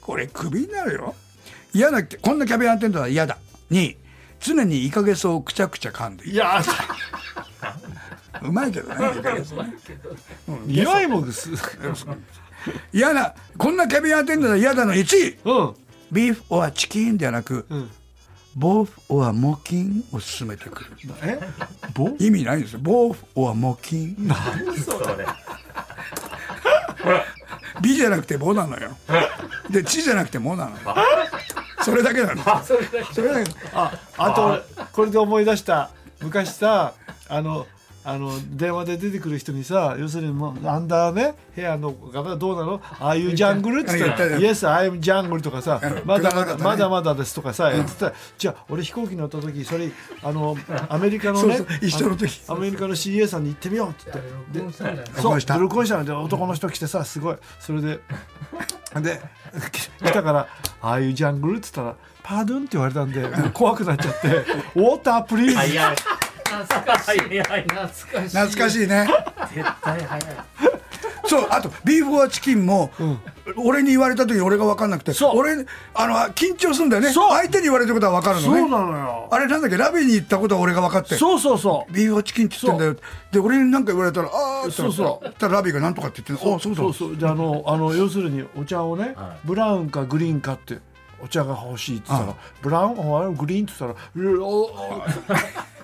[SPEAKER 2] これクビになるよ嫌なこんなキャビンアテンダントは嫌だ2位常にイカゲソをくちゃくちゃ噛んでい
[SPEAKER 3] いや
[SPEAKER 2] うまいけど ねイカゲソね
[SPEAKER 3] 匂いもぐ す
[SPEAKER 2] 嫌なこんなキャビンアテンダントは嫌だの1位
[SPEAKER 3] うん
[SPEAKER 2] ビーフオアチキンではなく、
[SPEAKER 3] ん
[SPEAKER 2] ボーフオアモキンを勧めてくる
[SPEAKER 3] えぼ
[SPEAKER 2] 意味ないんですよボーフオアモキン
[SPEAKER 1] それ
[SPEAKER 2] 美じゃなくてボなの よで地じゃなくてモなのよそれだけなの
[SPEAKER 1] それだけ
[SPEAKER 2] それだけ
[SPEAKER 3] ああとこれで思い出した昔さあのあの電話で出てくる人にさ要するにもうアンダーねヘアの方がどうなのああいうジャングルっつっ
[SPEAKER 2] 言った
[SPEAKER 3] て
[SPEAKER 2] よ
[SPEAKER 3] 「イエスアイムジャングル」とかさ
[SPEAKER 2] うん
[SPEAKER 3] 「まだ
[SPEAKER 2] くだら
[SPEAKER 3] ま
[SPEAKER 2] なか
[SPEAKER 3] だ
[SPEAKER 2] ったね
[SPEAKER 3] まだまだです」とかさやってたらじゃあ俺飛行機乗った時それあのアメリカのね
[SPEAKER 2] そうそう一緒の時
[SPEAKER 3] あアメリカの CA さんに行ってみようって言っ
[SPEAKER 1] 録音し
[SPEAKER 3] て
[SPEAKER 1] たんだよ
[SPEAKER 3] そ
[SPEAKER 2] 録
[SPEAKER 3] う
[SPEAKER 2] 音した
[SPEAKER 3] 録音したので男の人来てさすごいそれででき来たから「ああいうジャングル」っつったら「パードゥン」って言われたんでもう怖くなっちゃって「ウォータープリーズ」
[SPEAKER 1] 早い懐かしい早い懐かしい
[SPEAKER 2] 懐かしいね
[SPEAKER 1] 絶対早い
[SPEAKER 2] そうあとビーフオアチキンも、俺に言われた時俺が分かんなくて
[SPEAKER 3] そう
[SPEAKER 2] 俺あの緊張するんだよね
[SPEAKER 3] そう
[SPEAKER 2] 相手に言われてることは分かるのね
[SPEAKER 3] そうなのよ
[SPEAKER 2] あれなんだっけラビに行ったことは俺が分かって
[SPEAKER 3] そうそうそう
[SPEAKER 2] ビーフオアチキンって言ってんだよで俺に何か言われたらああ
[SPEAKER 3] そうそう
[SPEAKER 2] たらラビがなんとかって言ってんのあそうそ
[SPEAKER 3] そううそうであのあの要するにお茶をね、ブラウンかグリーンかってお茶が欲しいって言ったら、ブラウンはグリーンって言ったらうるお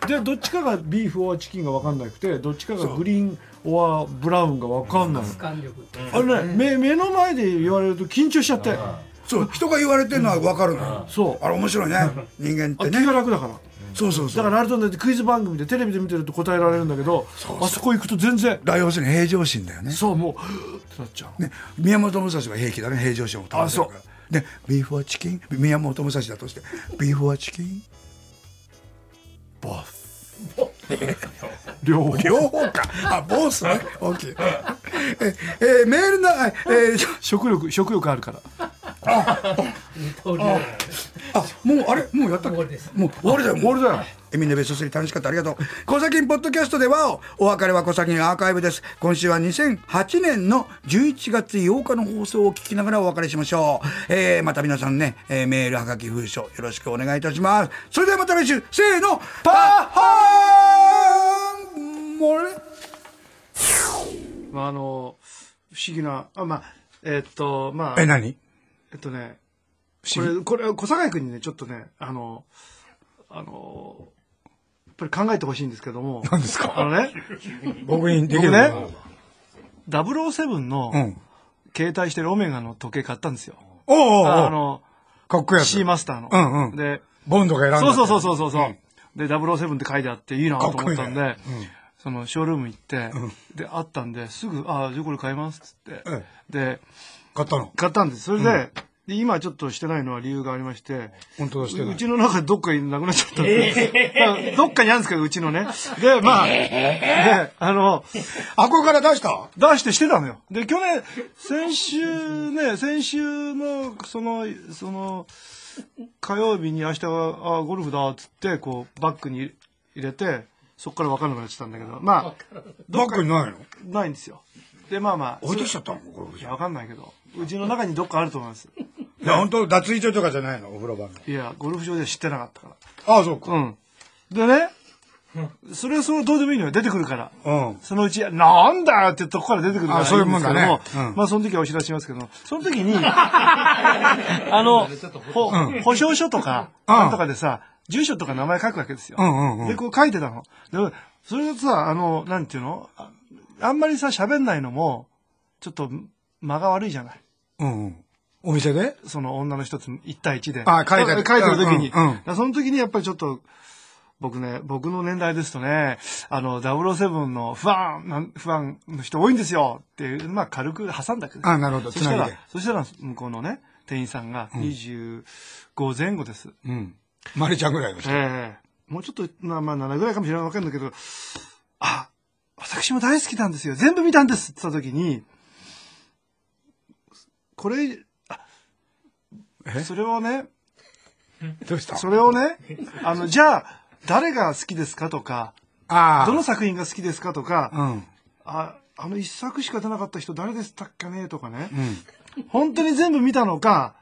[SPEAKER 3] でどっちかがビーフオアチキンが分かんなくてどっちかがグリーンオアブラウンが分かんない
[SPEAKER 4] 感力って
[SPEAKER 3] あれね、目目の前で言われると緊張しちゃって。
[SPEAKER 5] そう人が言われてるのは分かるのよ、
[SPEAKER 6] そう
[SPEAKER 5] あれ面白いね人間って
[SPEAKER 6] あ気
[SPEAKER 5] ね
[SPEAKER 6] が楽だから
[SPEAKER 5] そうそうそ
[SPEAKER 6] だか
[SPEAKER 5] う
[SPEAKER 6] らあれとねクイズ番組でテレビで見てると答えられるんだけどあそこ行くと全然
[SPEAKER 5] 大王心平常心だよね
[SPEAKER 6] そうもうってなっちゃう
[SPEAKER 5] ね宮本武蔵は平気だね平常心を保ってるから
[SPEAKER 6] あ
[SPEAKER 5] でビーフはチキン宮本武蔵だとしてビーフはチキン
[SPEAKER 6] ボス両方
[SPEAKER 5] 両方かあボースね OK ええーメールなえー
[SPEAKER 6] 食欲食欲あるから
[SPEAKER 2] 二刀流だね
[SPEAKER 5] あもうあれもうやったっ
[SPEAKER 2] 終
[SPEAKER 5] け
[SPEAKER 2] わりです
[SPEAKER 5] もう終わりだよもう
[SPEAKER 6] 俺だよ
[SPEAKER 5] えみんなベスト3楽しかったありがとう小崎ポッドキャストではお別れは小崎アーカイブです今週は2008年の11月8日の放送を聞きながらお別れしましょう、えーまた皆さんね、えーメールはがき封書よろしくお願いいたしますそれではまた来週せーのパッハーンもれ
[SPEAKER 6] まああの不思議なあまあえっとまあ
[SPEAKER 5] え何
[SPEAKER 6] えっとね、これ、これ、小坂井君にね、ちょっとね、あの、あの、やっぱり考えてほしいんですけども、
[SPEAKER 5] 何です
[SPEAKER 6] あ
[SPEAKER 5] か
[SPEAKER 6] のね、
[SPEAKER 5] 僕にでき
[SPEAKER 6] 僕
[SPEAKER 5] る
[SPEAKER 6] ね
[SPEAKER 5] の、
[SPEAKER 6] 007の
[SPEAKER 5] うん
[SPEAKER 6] 携帯してるオメガの時計買ったんですよ。
[SPEAKER 5] おうおう
[SPEAKER 6] あ
[SPEAKER 5] おう
[SPEAKER 6] の、
[SPEAKER 5] かっこいいやつ
[SPEAKER 6] C マスターの。
[SPEAKER 5] うんうん
[SPEAKER 6] で、
[SPEAKER 5] ボンドが選んだ
[SPEAKER 6] そうそうそうそうそう。うで、007って書いてあっていいなと思ったんで、
[SPEAKER 5] かっこいいね
[SPEAKER 6] そのショールーム行って、で、あったんで、すぐ、ああ、じゃあこれ買いますっつって、
[SPEAKER 5] え
[SPEAKER 6] で、
[SPEAKER 5] 買ったの
[SPEAKER 6] 買ったんです。それで、で今ちょっとしてないのは理由がありまして、
[SPEAKER 5] 本当だしてな
[SPEAKER 6] う
[SPEAKER 5] い
[SPEAKER 6] ちの中でどっかになくなっちゃったんで、まあ どっかにあるんですけど、うちのね。で、まあ、で、あの、
[SPEAKER 5] 箱から出した
[SPEAKER 6] 出してしてたのよ。で、去年、先週ね、先週の、その、その、火曜日に明日は、あゴルフだ、つって、こう、バッグに入れて、そこから分かんなくなっちゃったんだけど、まあ、
[SPEAKER 5] バッグにないの
[SPEAKER 6] ないんですよ。で、まあまあ、
[SPEAKER 5] 置いてきちゃったのこれ
[SPEAKER 6] いや、分かんないけど、うちの中にどっかあると思います。
[SPEAKER 5] いや、本当脱衣所とかじゃないの、お風呂場の。
[SPEAKER 6] いや、ゴルフ場では知ってなかったから。
[SPEAKER 5] ああ、そうか。
[SPEAKER 6] うん。でね、それはそのどうでもいいのよ。出てくるから。
[SPEAKER 5] うん。
[SPEAKER 6] そのうち、なんだよってとこから出てくるから
[SPEAKER 5] あそういうもんだね
[SPEAKER 6] いいですけども
[SPEAKER 5] うん
[SPEAKER 6] まあ、その時はお知らせしますけども、その 時に、あの、ほ保証書とか、
[SPEAKER 5] うん
[SPEAKER 6] なんとかでさ、住所とか名前書くわけですよ。
[SPEAKER 5] うんうんうん
[SPEAKER 6] で、こう書いてたの。で、それがさ、あの、なんていうのああんまりさ、喋んないのも、ちょっと、間が悪いじゃない。
[SPEAKER 5] うん、うん。お店で
[SPEAKER 6] その女の一つ、一対一で。
[SPEAKER 5] あ書いてある
[SPEAKER 6] 書いてる時に。
[SPEAKER 5] うんうんうん
[SPEAKER 6] だからその時にやっぱりちょっと、僕ね、僕の年代ですとね、あの、007の不安、なん不安の人多いんですよっていう、まあ軽く挟んだけど。
[SPEAKER 5] あなるほど
[SPEAKER 6] そした
[SPEAKER 5] つなぎ
[SPEAKER 6] ら
[SPEAKER 5] で、
[SPEAKER 6] そしたら向こうのね、店員さんが25前後です。
[SPEAKER 5] うん。マリちゃんぐらいの人。
[SPEAKER 6] ええもうちょっと、まあまあ7ぐらいかもしれないわかんないけど、あ、私も大好きなんですよ。全部見たんですって言った時に、これ、あ
[SPEAKER 5] え
[SPEAKER 6] それをね、
[SPEAKER 5] どうした
[SPEAKER 6] それをね、あの、じゃあ、誰が好きですかとか、
[SPEAKER 5] ああ。
[SPEAKER 6] どの作品が好きですかとか、
[SPEAKER 5] うん。
[SPEAKER 6] あ、あの一作しか出なかった人誰でしたっけねとかね
[SPEAKER 5] う、ん。
[SPEAKER 6] 本当に全部見たのか、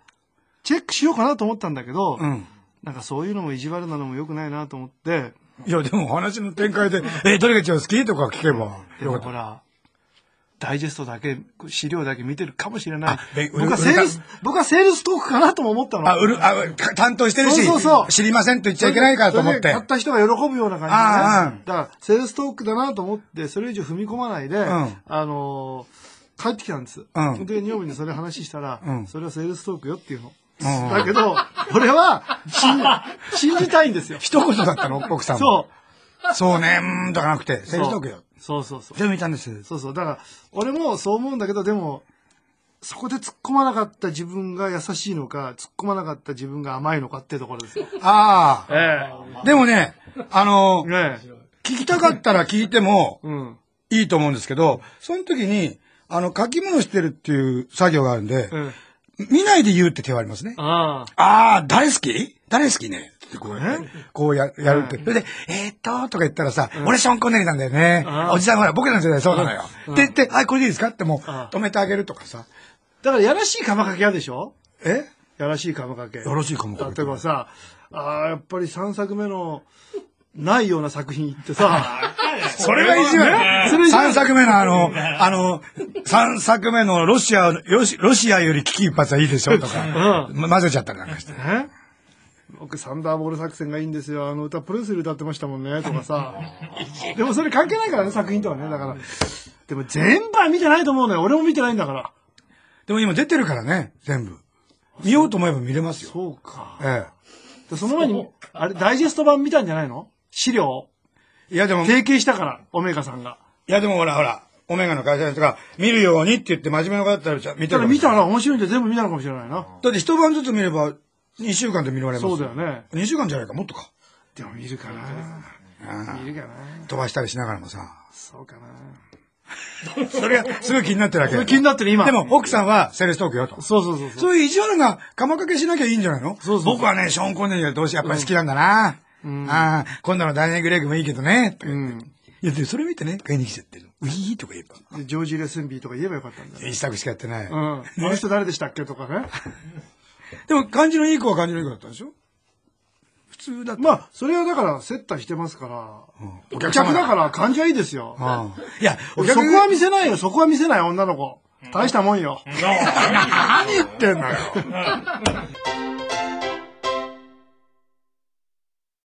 [SPEAKER 6] チェックしようかなと思ったんだけど、
[SPEAKER 5] うん。
[SPEAKER 6] なんかそういうのも意地悪なのも良くないなと思って、
[SPEAKER 5] いや、でも話の展開で、え、どれが一番好きとか聞けば。
[SPEAKER 6] でもほら、ダイジェストだけ、資料だけ見てるかもしれない
[SPEAKER 5] あで。
[SPEAKER 6] 僕はセールス
[SPEAKER 5] 売れ、
[SPEAKER 6] 僕はセールストークかなとも思ったの。
[SPEAKER 5] あ、売る、あ、か担当してるし、
[SPEAKER 6] そうそうそう
[SPEAKER 5] 知りませんと言っちゃいけないからと思っ
[SPEAKER 6] それで
[SPEAKER 5] て
[SPEAKER 6] 買。った人が喜ぶような感
[SPEAKER 5] ああう
[SPEAKER 6] じでね。だから、セールストークだなと思って、それ以上踏み込まないで、
[SPEAKER 5] ん
[SPEAKER 6] あのー帰ってきたんです。
[SPEAKER 5] うん
[SPEAKER 6] で、女房にそれ話したら、
[SPEAKER 5] うん
[SPEAKER 6] それはセールストークよっていうの。
[SPEAKER 5] うんうん
[SPEAKER 6] だけど、俺は信、信じたいんです よ。
[SPEAKER 5] 一言だったの、奥さんも。
[SPEAKER 6] そう。
[SPEAKER 5] う。そうね、うーん、とかなくて、整理しとくよ。
[SPEAKER 6] そうそうそう。
[SPEAKER 5] 全部見たんです。
[SPEAKER 6] そうそう。だから、俺もそう思うんだけど、でも、そこで突っ込まなかった自分が優しいのか、突っ込まなかった自分が甘いのかっていうところですよ。
[SPEAKER 5] ああ。
[SPEAKER 6] え
[SPEAKER 5] でもね、あの
[SPEAKER 6] え、ねえ。
[SPEAKER 5] 聞きたかったら聞いても、
[SPEAKER 6] うん。
[SPEAKER 5] いいと思うんですけど、その時に、あの、書き物してるっていう作業があるんで、
[SPEAKER 6] うん。
[SPEAKER 5] 見ないで言うって手はありますね。
[SPEAKER 6] ああ。
[SPEAKER 5] ああ、誰好き誰好きねってこうね、こうややるって。
[SPEAKER 6] う
[SPEAKER 5] それで、えー、っと、とか言ったらさ、俺ショーン・コネリーなんだよね
[SPEAKER 6] あ。ー
[SPEAKER 5] おじさんほら、僕らの世代そうなのよ。
[SPEAKER 6] うん
[SPEAKER 5] って言って、はい、これでいいですかってもう、
[SPEAKER 6] あー
[SPEAKER 5] 止めてあげるとかさ。
[SPEAKER 6] だから、やらしい釜掛けあるでしょ
[SPEAKER 5] え
[SPEAKER 6] やらしい釜掛け。
[SPEAKER 5] よろしいかも。
[SPEAKER 6] 例えばさ、ああ、やっぱり3作目の、ないような作品行ってさ、
[SPEAKER 5] それが一
[SPEAKER 6] それ
[SPEAKER 5] 番。
[SPEAKER 6] 一番
[SPEAKER 5] 三作目のあの、あの、三作目のロシア、ロシロシアより危機一発はいいでしょとか、
[SPEAKER 6] う
[SPEAKER 5] ま混ぜちゃったりなんか して。
[SPEAKER 6] ね僕、サンダーボール作戦がいいんですよ。あの歌、プレスリー歌ってましたもんね、とかさ。でもそれ関係ないからね、作品とはね。だから。でも全部は見てないと思うのよ。俺も見てないんだから。
[SPEAKER 5] でも今出てるからね、全部。見ようと思えば見れますよ。
[SPEAKER 6] そうか。
[SPEAKER 5] え
[SPEAKER 6] でその前に、あれ、ダイジェスト版見たんじゃないの資料。
[SPEAKER 5] え。いやでも、い
[SPEAKER 6] 提携したから、オメガさんが。
[SPEAKER 5] やでもほらほら、オメガの会社の人が見るようにって言って真面目な方だったらじゃあ見て
[SPEAKER 6] ただ
[SPEAKER 5] るかも
[SPEAKER 6] 見
[SPEAKER 5] し
[SPEAKER 6] た
[SPEAKER 5] れない
[SPEAKER 6] ら面白いんで全部見たのかもしれないな。
[SPEAKER 5] だって一晩ずつ見れば、2週間で見られます。
[SPEAKER 6] そうだよ。ね。
[SPEAKER 5] 2週間じゃないか、もっとか。
[SPEAKER 6] でも見るかな。見るかな。
[SPEAKER 5] 飛ばしたりしながらもさ。
[SPEAKER 6] そうかな。
[SPEAKER 5] それがすごい気になってるわけ。
[SPEAKER 6] それ気になってる今
[SPEAKER 5] でも奥さんはセレストークよと。
[SPEAKER 6] そうそうそうそう。
[SPEAKER 5] そういう意地悪な釜掛けしなきゃいいんじゃないの
[SPEAKER 6] そうそう
[SPEAKER 5] 僕はね、ショーン・コネリはどうしてやっぱり好きなんだな。ああ、今度のダイニングレイグもいいけどね。とか言って
[SPEAKER 6] うん
[SPEAKER 5] いや、で、それ見てね、買いに来ちゃってる。ウィーとか言えば。
[SPEAKER 6] でジョージ・レスンビーとか言えばよかったんだよ。
[SPEAKER 5] 一作しかやってない。
[SPEAKER 6] うん。あの人誰でしたっけとかね。
[SPEAKER 5] でも、感じのいい子は感じのいい子だったでしょ普通だった。
[SPEAKER 6] まあ、それはだから、接待してますから、
[SPEAKER 5] うん、お
[SPEAKER 6] お
[SPEAKER 5] 客
[SPEAKER 6] 客
[SPEAKER 5] 様
[SPEAKER 6] だから感じはいいですよ。
[SPEAKER 5] ら。いや、お
[SPEAKER 6] そ
[SPEAKER 5] 客
[SPEAKER 6] こ
[SPEAKER 5] 様
[SPEAKER 6] は見せないよ、そこは見せない、女の子。大したもんよ。
[SPEAKER 5] 何言ってんのよ。